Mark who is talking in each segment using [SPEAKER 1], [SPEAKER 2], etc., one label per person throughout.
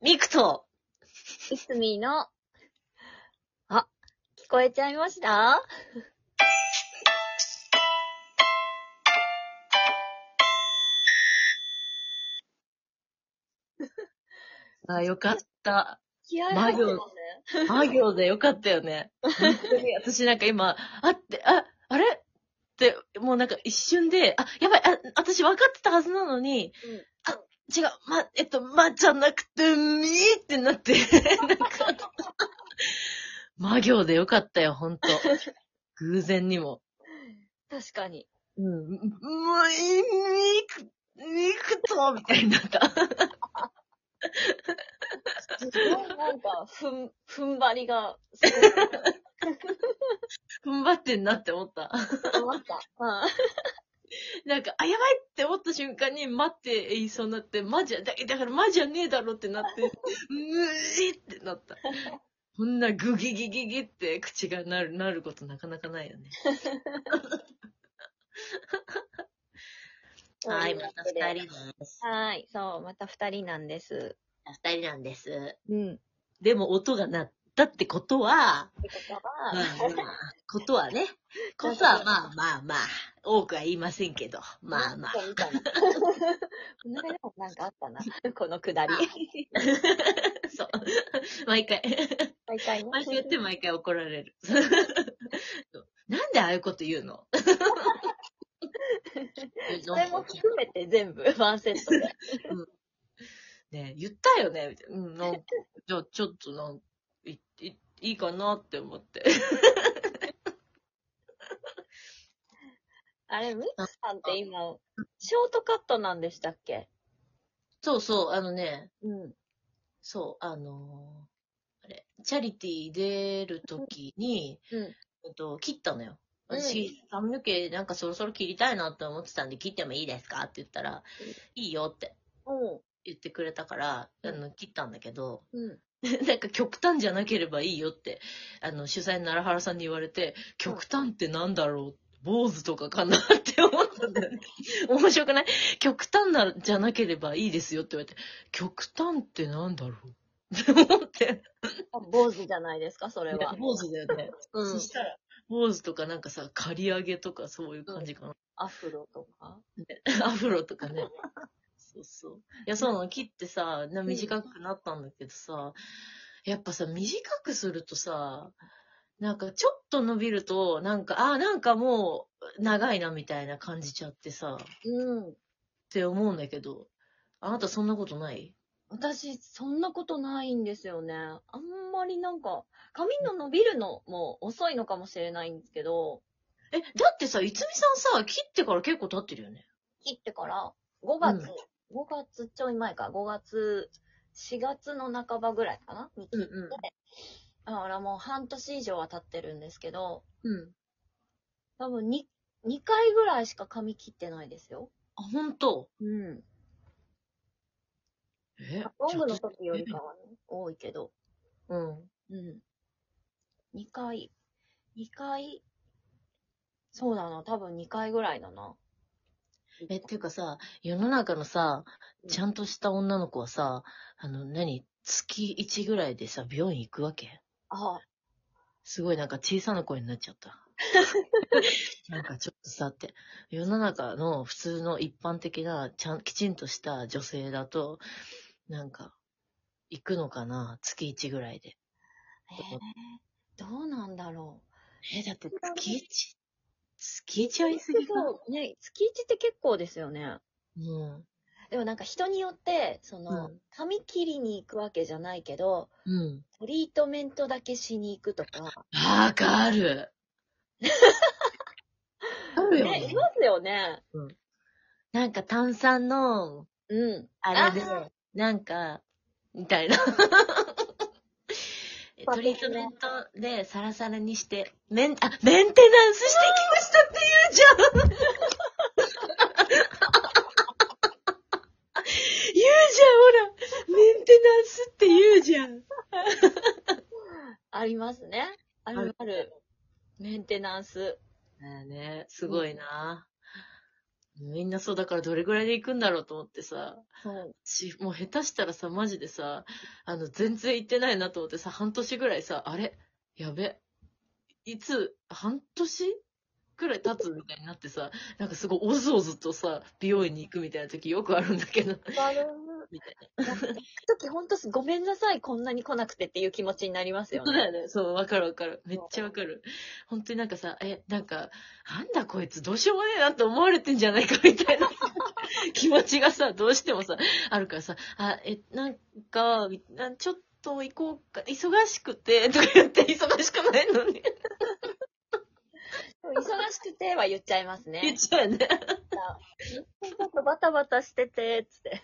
[SPEAKER 1] ミクと、
[SPEAKER 2] いつみの、あ、聞こえちゃいました
[SPEAKER 1] あ、よかった。
[SPEAKER 2] 気合
[SPEAKER 1] 入ってますね
[SPEAKER 2] ね。
[SPEAKER 1] あ行でよかったよね。本当 に私なんか今、あって、あ、あれって、もうなんか一瞬で、あ、やばい、あ、私分かってたはずなのに、
[SPEAKER 2] うん
[SPEAKER 1] あ、違う、ま、えっと、まじゃなくて、みーってな って、なんか、ま行でよかったよ、ほんと。偶然にも。
[SPEAKER 2] 確かに。
[SPEAKER 1] うん。もう、いみく、みくと、みたいになった。
[SPEAKER 2] すごいなんか、ふん、ふん張りが、す
[SPEAKER 1] 踏ん張ってんなって思った。
[SPEAKER 2] ごい思った。 うん。
[SPEAKER 1] なんか、あ、やばいって思った瞬間に、待って言いそうになって、マジや、だだからマジやねえだろってなって、うーってなった。こんなグギギギギって口がなる、なることなかなかないよね。はい、また二人です。
[SPEAKER 2] はい、そう、また二人なんです。
[SPEAKER 1] 二人なんです。
[SPEAKER 2] うん。
[SPEAKER 1] でも音が鳴ったってことは、
[SPEAKER 2] ってこと
[SPEAKER 1] まあ
[SPEAKER 2] は、
[SPEAKER 1] まあ、ことはね、ことはまあまあまあ、多くは言いませんけど、まあまあ。
[SPEAKER 2] そうみたいな。この間もなんか あったな、このくだり。
[SPEAKER 1] そう。毎回。
[SPEAKER 2] 毎回ね。
[SPEAKER 1] 毎回やって毎回怒られ る。なんでああいうこと言う の
[SPEAKER 2] それも含めて全部、ワンセットで。
[SPEAKER 1] ね言ったよねみたいなうん、なんじゃあちょっとなんいい、いいかなって思って。
[SPEAKER 2] あれ、ミックさんって今、ショートカットなんでしたっけ
[SPEAKER 1] そうそう、あのね、
[SPEAKER 2] うん。
[SPEAKER 1] そう、あのーあれ、チャリティー出るときに、
[SPEAKER 2] うん
[SPEAKER 1] えっと、切ったのよ。
[SPEAKER 2] うん
[SPEAKER 1] 私、髪の毛なんかそろそろ切りたいなって思ってたんで、切ってもいいですかって言ったら、
[SPEAKER 2] うん
[SPEAKER 1] いいよって
[SPEAKER 2] おう。
[SPEAKER 1] 言ってくれたから、あの、切ったんだけど、
[SPEAKER 2] うん。
[SPEAKER 1] なんか極端じゃなければいいよって、あの、主催の奈良原さんに言われて、極端ってなんだろう坊主とかかなって思ったんだよね。面白くない極端な、じゃなければいいですよって言われて、極端ってなんだろうって思って。
[SPEAKER 2] あ坊主じゃないですか、それは。
[SPEAKER 1] 坊主だよね。
[SPEAKER 2] うん
[SPEAKER 1] そ。したら、坊主とかなんかさ、刈り上げとかそういう感じかな。
[SPEAKER 2] アフロとか。
[SPEAKER 1] アフロとかね。そうそう。いや、そうなの、切ってさ、な短くなったんだけどさ、やっぱさ、短くするとさ、なんかちょっと伸びると、なんか、ああ、なんかもう、長いなみたいな感じちゃってさ、っ
[SPEAKER 2] うん。
[SPEAKER 1] て思うんだけど、あなたそんなことない
[SPEAKER 2] 私、そんなことないんですよね。あんまりなんか、髪の伸びるのも遅いのかもしれないんですけど、
[SPEAKER 1] え、だってさ、いつみさんさ、切ってから結構経ってるよね。
[SPEAKER 2] 切ってから5月、5月ちょい前か、5月、4月の半ばぐらいかなに切って、
[SPEAKER 1] う
[SPEAKER 2] だからもう半年以上は経ってるんですけど、
[SPEAKER 1] うん。
[SPEAKER 2] 多分に2回ぐらいしか髪切ってないですよ。
[SPEAKER 1] あ、ほんと
[SPEAKER 2] うん。
[SPEAKER 1] え
[SPEAKER 2] ロングの時よりかはね、多いけど。
[SPEAKER 1] うん。
[SPEAKER 2] うん。2回、2回、そうだな、多分2回ぐらいだな。
[SPEAKER 1] え、っていうかさ、世の中のさ、
[SPEAKER 2] うん
[SPEAKER 1] ちゃんとした女の子はさ、あの、何月1ぐらいでさ、美容院行くわけ
[SPEAKER 2] あ
[SPEAKER 1] すごいなんか小さな声になっちゃ った。なんかちょっとさって、世の中の普通の一般的な、ちゃん、きちんとした女性だと、なんか、行くのかな月1ぐらいで。
[SPEAKER 2] えー、どうなんだろう。
[SPEAKER 1] え、だって月 1? 月1は言い過ぎかな
[SPEAKER 2] 結構ね、月1って結構ですよね。
[SPEAKER 1] うん。
[SPEAKER 2] でもなんか人によって、その、
[SPEAKER 1] うん
[SPEAKER 2] 髪切りに行くわけじゃないけど、
[SPEAKER 1] うん。
[SPEAKER 2] トリートメントだけしに行くとか。
[SPEAKER 1] わかる。あるよ
[SPEAKER 2] ね、いますよね。
[SPEAKER 1] なんか炭酸の、
[SPEAKER 2] うん。
[SPEAKER 1] あれで
[SPEAKER 2] あ、
[SPEAKER 1] なんか、みたい な。トリートメントでサラサラにして、メン、あ、メンテナンスしてきましたって言うじゃん言うじゃん、ほらメンテナンスって言うじ ゃん
[SPEAKER 2] ありますね。あ
[SPEAKER 1] あ
[SPEAKER 2] る
[SPEAKER 1] る
[SPEAKER 2] ある。メンテナンス。
[SPEAKER 1] だよね、すごいな。みんなそう、だからどれぐらいで行くんだろうと思ってさ、
[SPEAKER 2] そう。
[SPEAKER 1] し、もう下手したらさ、マジでさ、あの、全然行ってないなと思ってさ、半年ぐらいさ、あれやべ。いつ、半年くらい経つみたいになってさ、なんかすごいおずおずとさ、美容院に行くみたいな時よくあるんだけど、
[SPEAKER 2] わる。
[SPEAKER 1] みたいな。
[SPEAKER 2] 時ほんとすごめんなさい、こんなに来なくてっていう気持ちになりますよ
[SPEAKER 1] そうだ
[SPEAKER 2] ね。
[SPEAKER 1] よね。そう、わかるわかる。めっちゃわかる。本当になんかさ、え、なんか、なんだこいつ、どうしようもねえなって思われてんじゃないかみたいな 気持ちがさ、どうしてもさ、あるからさ、あ、え、なんか、なちょっと行こうか、忙しくて、とか言って、忙しくない のに。
[SPEAKER 2] 忙しくては言っちゃいます
[SPEAKER 1] 言っ
[SPEAKER 2] ね。
[SPEAKER 1] ちゃうよね。
[SPEAKER 2] ちょっとバタバタしてて、つって。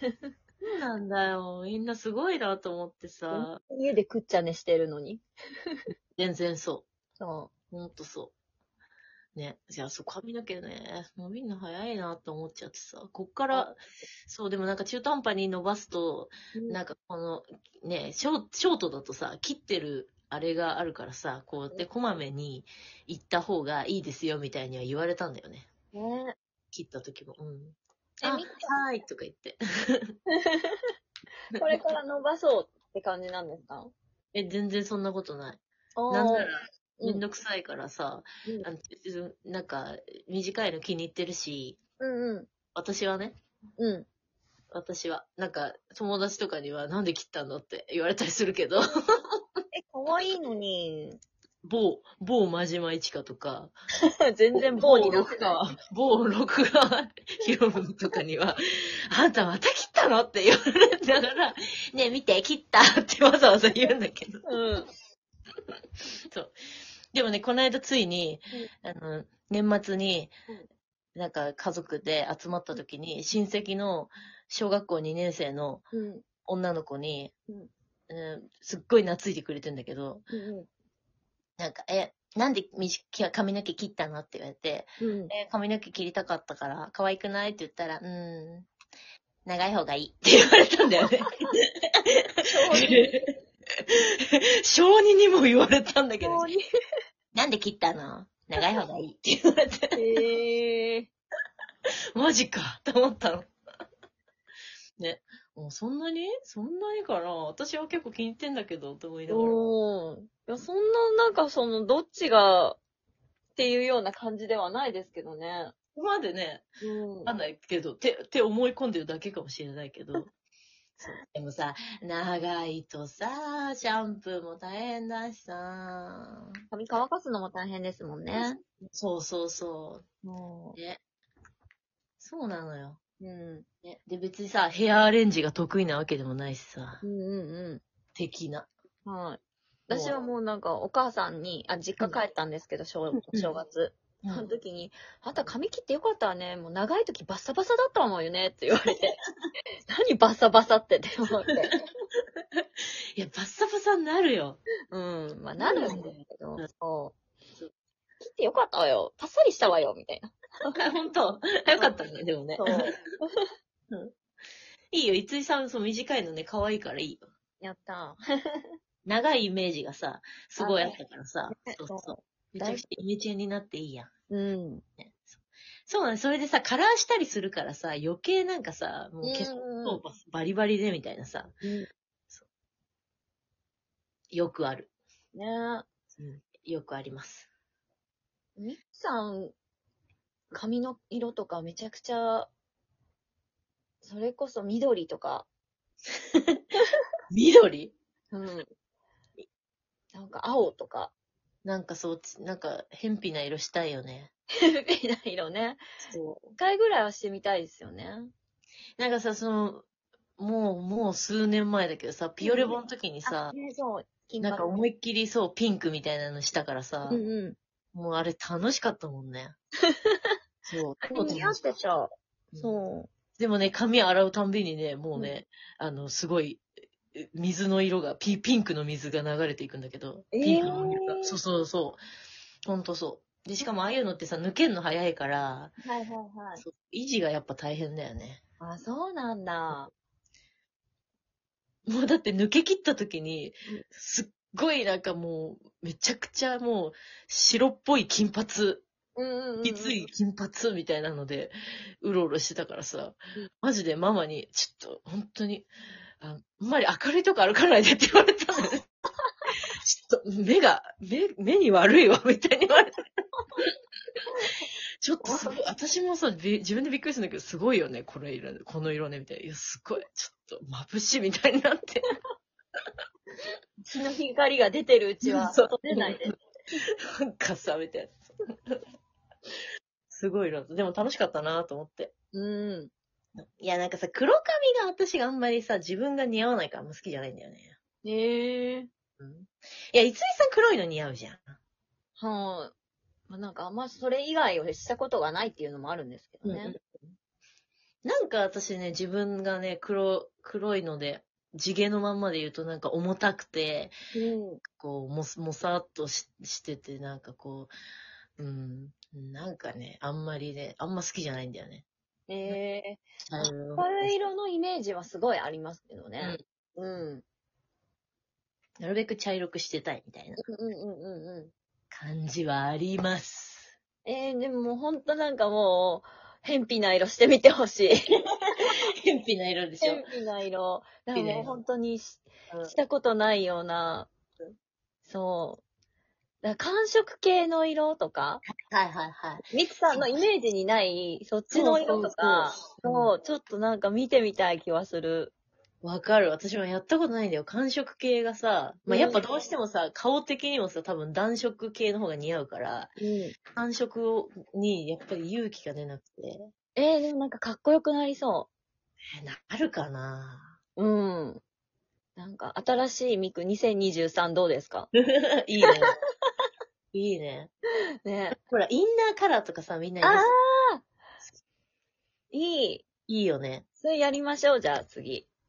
[SPEAKER 1] そうなんだよ。みんなすごいなと思ってさ、
[SPEAKER 2] 家でくっちゃねしてるのに。
[SPEAKER 1] 全然そ。
[SPEAKER 2] そう
[SPEAKER 1] ほんとそう。ね。じゃあ、そう、髪の毛ね、伸びんの早いなと思っちゃってさ、こっか
[SPEAKER 2] う。
[SPEAKER 1] ら、そう、でもなんか中途半端に伸ばすと、
[SPEAKER 2] な
[SPEAKER 1] なんんかこの、ね、ショーショートだとさ、切ってるあれがあるからさ、こうやってこまめに行った方がいいですよみたいには言われたんだよね。
[SPEAKER 2] ね。
[SPEAKER 1] 切った時も。うん。
[SPEAKER 2] え、
[SPEAKER 1] あ
[SPEAKER 2] みっ
[SPEAKER 1] はーいとか言って。
[SPEAKER 2] ちゃんこれから伸ばそうって感じなんですか
[SPEAKER 1] え、全然そんなことない。
[SPEAKER 2] あ
[SPEAKER 1] なんなら
[SPEAKER 2] ー、
[SPEAKER 1] めんどくさいからさ、
[SPEAKER 2] うん
[SPEAKER 1] あのなんか、短いの気に入ってるし、
[SPEAKER 2] うんうん。
[SPEAKER 1] 私はね、
[SPEAKER 2] うん。
[SPEAKER 1] 私は、なんか、友達とかには、なんで切ったのって言われたりするけど、
[SPEAKER 2] え、可愛いのに。
[SPEAKER 1] 某、某真島一華とか、
[SPEAKER 2] 全然棒になって
[SPEAKER 1] 六
[SPEAKER 2] ない。
[SPEAKER 1] 川、某六川ひろむとかには、 あんたまた切ったのって言われながら、ねえ見て、切ったってわざわざ言うんだけど。
[SPEAKER 2] うん。
[SPEAKER 1] でもね、この間ついに、あの、年末に
[SPEAKER 2] うん、
[SPEAKER 1] なんか家族で集まった時に、親戚の小学校2年生の
[SPEAKER 2] うん。
[SPEAKER 1] 女の子に、
[SPEAKER 2] うん
[SPEAKER 1] うんすっごい懐いてくれてんだけど、
[SPEAKER 2] う
[SPEAKER 1] なんか、え、なんで短髪の毛切ったのって言われて、
[SPEAKER 2] ん。うん。
[SPEAKER 1] えー髪の毛切りたかったから、可愛くないって言ったら、うーん、長い方がいいって言われたんだよ ね。小児にも言われたんだけど、なんで切ったの長い方がいいって言われて、
[SPEAKER 2] ええ
[SPEAKER 1] マジかと思ったの。ね。もうそんなにそんなにかな私は結構気に入ってんだけど、と思いながら。
[SPEAKER 2] おーいや、そんな、なんかその、どっちが、っていうような感じではないですけどね。
[SPEAKER 1] ここまでね、
[SPEAKER 2] うん
[SPEAKER 1] わかんないけど、って、って思い込んでるだけかもしれないけ ど。そうでもさ、長いとさ、シャンプーも大変だしさ。
[SPEAKER 2] 髪乾かすのも大変ですもんね。
[SPEAKER 1] そうそうそうう。ね。そうなのよ。
[SPEAKER 2] ん。うん。
[SPEAKER 1] ね、で、別にさ、ヘアアレンジが得意なわけでもないしさ
[SPEAKER 2] うん、う
[SPEAKER 1] 的な。
[SPEAKER 2] ん。はい。私はもうなんか、お母さんに、あ、実家帰ったんですけど、正正月。その時に、あんた髪切ってよかったわね。もう長い時バッサバサだったもんよねって言わ れて。何バッサバサってって思って。
[SPEAKER 1] いや、バッサバサになるよ。
[SPEAKER 2] うん。まあ、なるんだけど
[SPEAKER 1] うん、
[SPEAKER 2] そう。切ってよかったわよ。パッサリしたわよ、みたいな。
[SPEAKER 1] 本 当よかったね、でもね
[SPEAKER 2] そ。う。
[SPEAKER 1] いいよ、いついさん、そう、短いのね、可愛いからいいよ。
[SPEAKER 2] やった
[SPEAKER 1] 長いイメージがさ、すごいあったからさ。
[SPEAKER 2] ー
[SPEAKER 1] そう
[SPEAKER 2] そ
[SPEAKER 1] そう。めちゃくちゃイメチェンになっていいやん。
[SPEAKER 2] ー。うん。
[SPEAKER 1] そうなの、それでさ、カラーしたりするからさ、余計なんかさ、もう消す
[SPEAKER 2] う
[SPEAKER 1] とバリバリでみたいなさ、
[SPEAKER 2] ん。
[SPEAKER 1] よくある。
[SPEAKER 2] ね
[SPEAKER 1] よくあります。
[SPEAKER 2] え。みっさん、髪の色とかめちゃくちゃ、それこそ緑とか、
[SPEAKER 1] 緑
[SPEAKER 2] うん。なんか青とか、
[SPEAKER 1] なんかそう、ちなんか、偏僻な色したいよね。
[SPEAKER 2] みた いな色ね。
[SPEAKER 1] そう。
[SPEAKER 2] 一回ぐらいはしてみたいですよね。
[SPEAKER 1] なんかさ、その、もう、もう数年前だけどさ、ピオレボの時にさ
[SPEAKER 2] あ、ねそう、金
[SPEAKER 1] なんか
[SPEAKER 2] 髪。
[SPEAKER 1] 思いっきりそう、ピンクみたいなのしたからさ、
[SPEAKER 2] うんう
[SPEAKER 1] もうあれ楽しかったもん ね。 そう。
[SPEAKER 2] ん。似合ってた。
[SPEAKER 1] うん
[SPEAKER 2] そ
[SPEAKER 1] でもね、髪洗うたんびにね、もうね、あの、すごい、え水の色がピ、ピンクの水が流れていくんだけど、
[SPEAKER 2] えー
[SPEAKER 1] ピンクのお湯がそうそうそう。ほんとそう。で、しかもああいうのってさ、抜けんの早いから、
[SPEAKER 2] う。はいはいはい。
[SPEAKER 1] そう維持がやっぱ大変だよね。
[SPEAKER 2] あ、そうなんだ。
[SPEAKER 1] もうだって抜け切った時に
[SPEAKER 2] うん、
[SPEAKER 1] すっごいなんかもう、めちゃくちゃもう、白っぽい金髪
[SPEAKER 2] うんうん。
[SPEAKER 1] きつい。金髪みたいなので、うろうろしてたからさ、マジでママに、ちょっと、本当に、ああんまり明るいとこ歩かないでって言われたのよ。ちょっと、目が、目、目に悪いわ、みたいに言われた。ちょっとすごい、私もさ、び自分でびっくりするんだけど、すごいよね、これ色ね、この色ね、みたいな。いや、すごい、ちょっと、眩しいみたいになって。
[SPEAKER 2] 日の光が出てるうち は、
[SPEAKER 1] そう
[SPEAKER 2] 外出ないで。
[SPEAKER 1] なんかさ、みたいな。すごい色だった。でも楽しかったなと思って。
[SPEAKER 2] うん。
[SPEAKER 1] いや、なんかさ、黒髪が私があんまりさ、自分が似合わないからあんま好きじゃないんだよね。
[SPEAKER 2] へえ。
[SPEAKER 1] うん。いや、いつみさん黒いの似合うじゃん。
[SPEAKER 2] はい。まあ、なんかあんまそれ以外をしたことがないっていうのもあるんですけどね。
[SPEAKER 1] なんか私ね、自分がね、黒、黒いので、地毛のまんまで言うとなんか重たくて、
[SPEAKER 2] うん。
[SPEAKER 1] こう、もす、もさっとししてて、なんかこう、うん、なんかね、あんまりね、あんま好きじゃないんだよね。
[SPEAKER 2] ええ
[SPEAKER 1] 茶色
[SPEAKER 2] 灰色のイメージはすごいありますけどね。うん。うん
[SPEAKER 1] なるべく茶色くしてたいみたいな
[SPEAKER 2] うんうんうんう
[SPEAKER 1] 感じはあります。
[SPEAKER 2] ん。ええでももうほんとなんかもう、偏僻な色してみてほしい。
[SPEAKER 1] 偏僻な色でしょ
[SPEAKER 2] 偏。僻な 色。だからもう本当にし
[SPEAKER 1] うん
[SPEAKER 2] したことないような、そう。だから寒色系の色とか、
[SPEAKER 1] はいはいはい。
[SPEAKER 2] ミツさんのイメージにない、そっちの色とか、
[SPEAKER 1] そうそうそう
[SPEAKER 2] そうちょっとなんか見てみたい気はする。
[SPEAKER 1] わかる。私もやったことないんだよ。寒色系がさ、まあ、やっぱどうしてもさ、顔的にもさ、多分暖色系の方が似合うから、
[SPEAKER 2] うん。
[SPEAKER 1] 寒色をにやっぱり勇気が出なくて。
[SPEAKER 2] えー、でもなんかかっこよくなりそ
[SPEAKER 1] え、なるかな
[SPEAKER 2] う。うん。なんか、新しいミク2023どうですか
[SPEAKER 1] いいね。いいね。
[SPEAKER 2] ね。
[SPEAKER 1] ほら、インナーカラーとかさ、みんな
[SPEAKER 2] あ
[SPEAKER 1] い
[SPEAKER 2] あいい。
[SPEAKER 1] いよね。
[SPEAKER 2] それやりましょう、じゃあ次。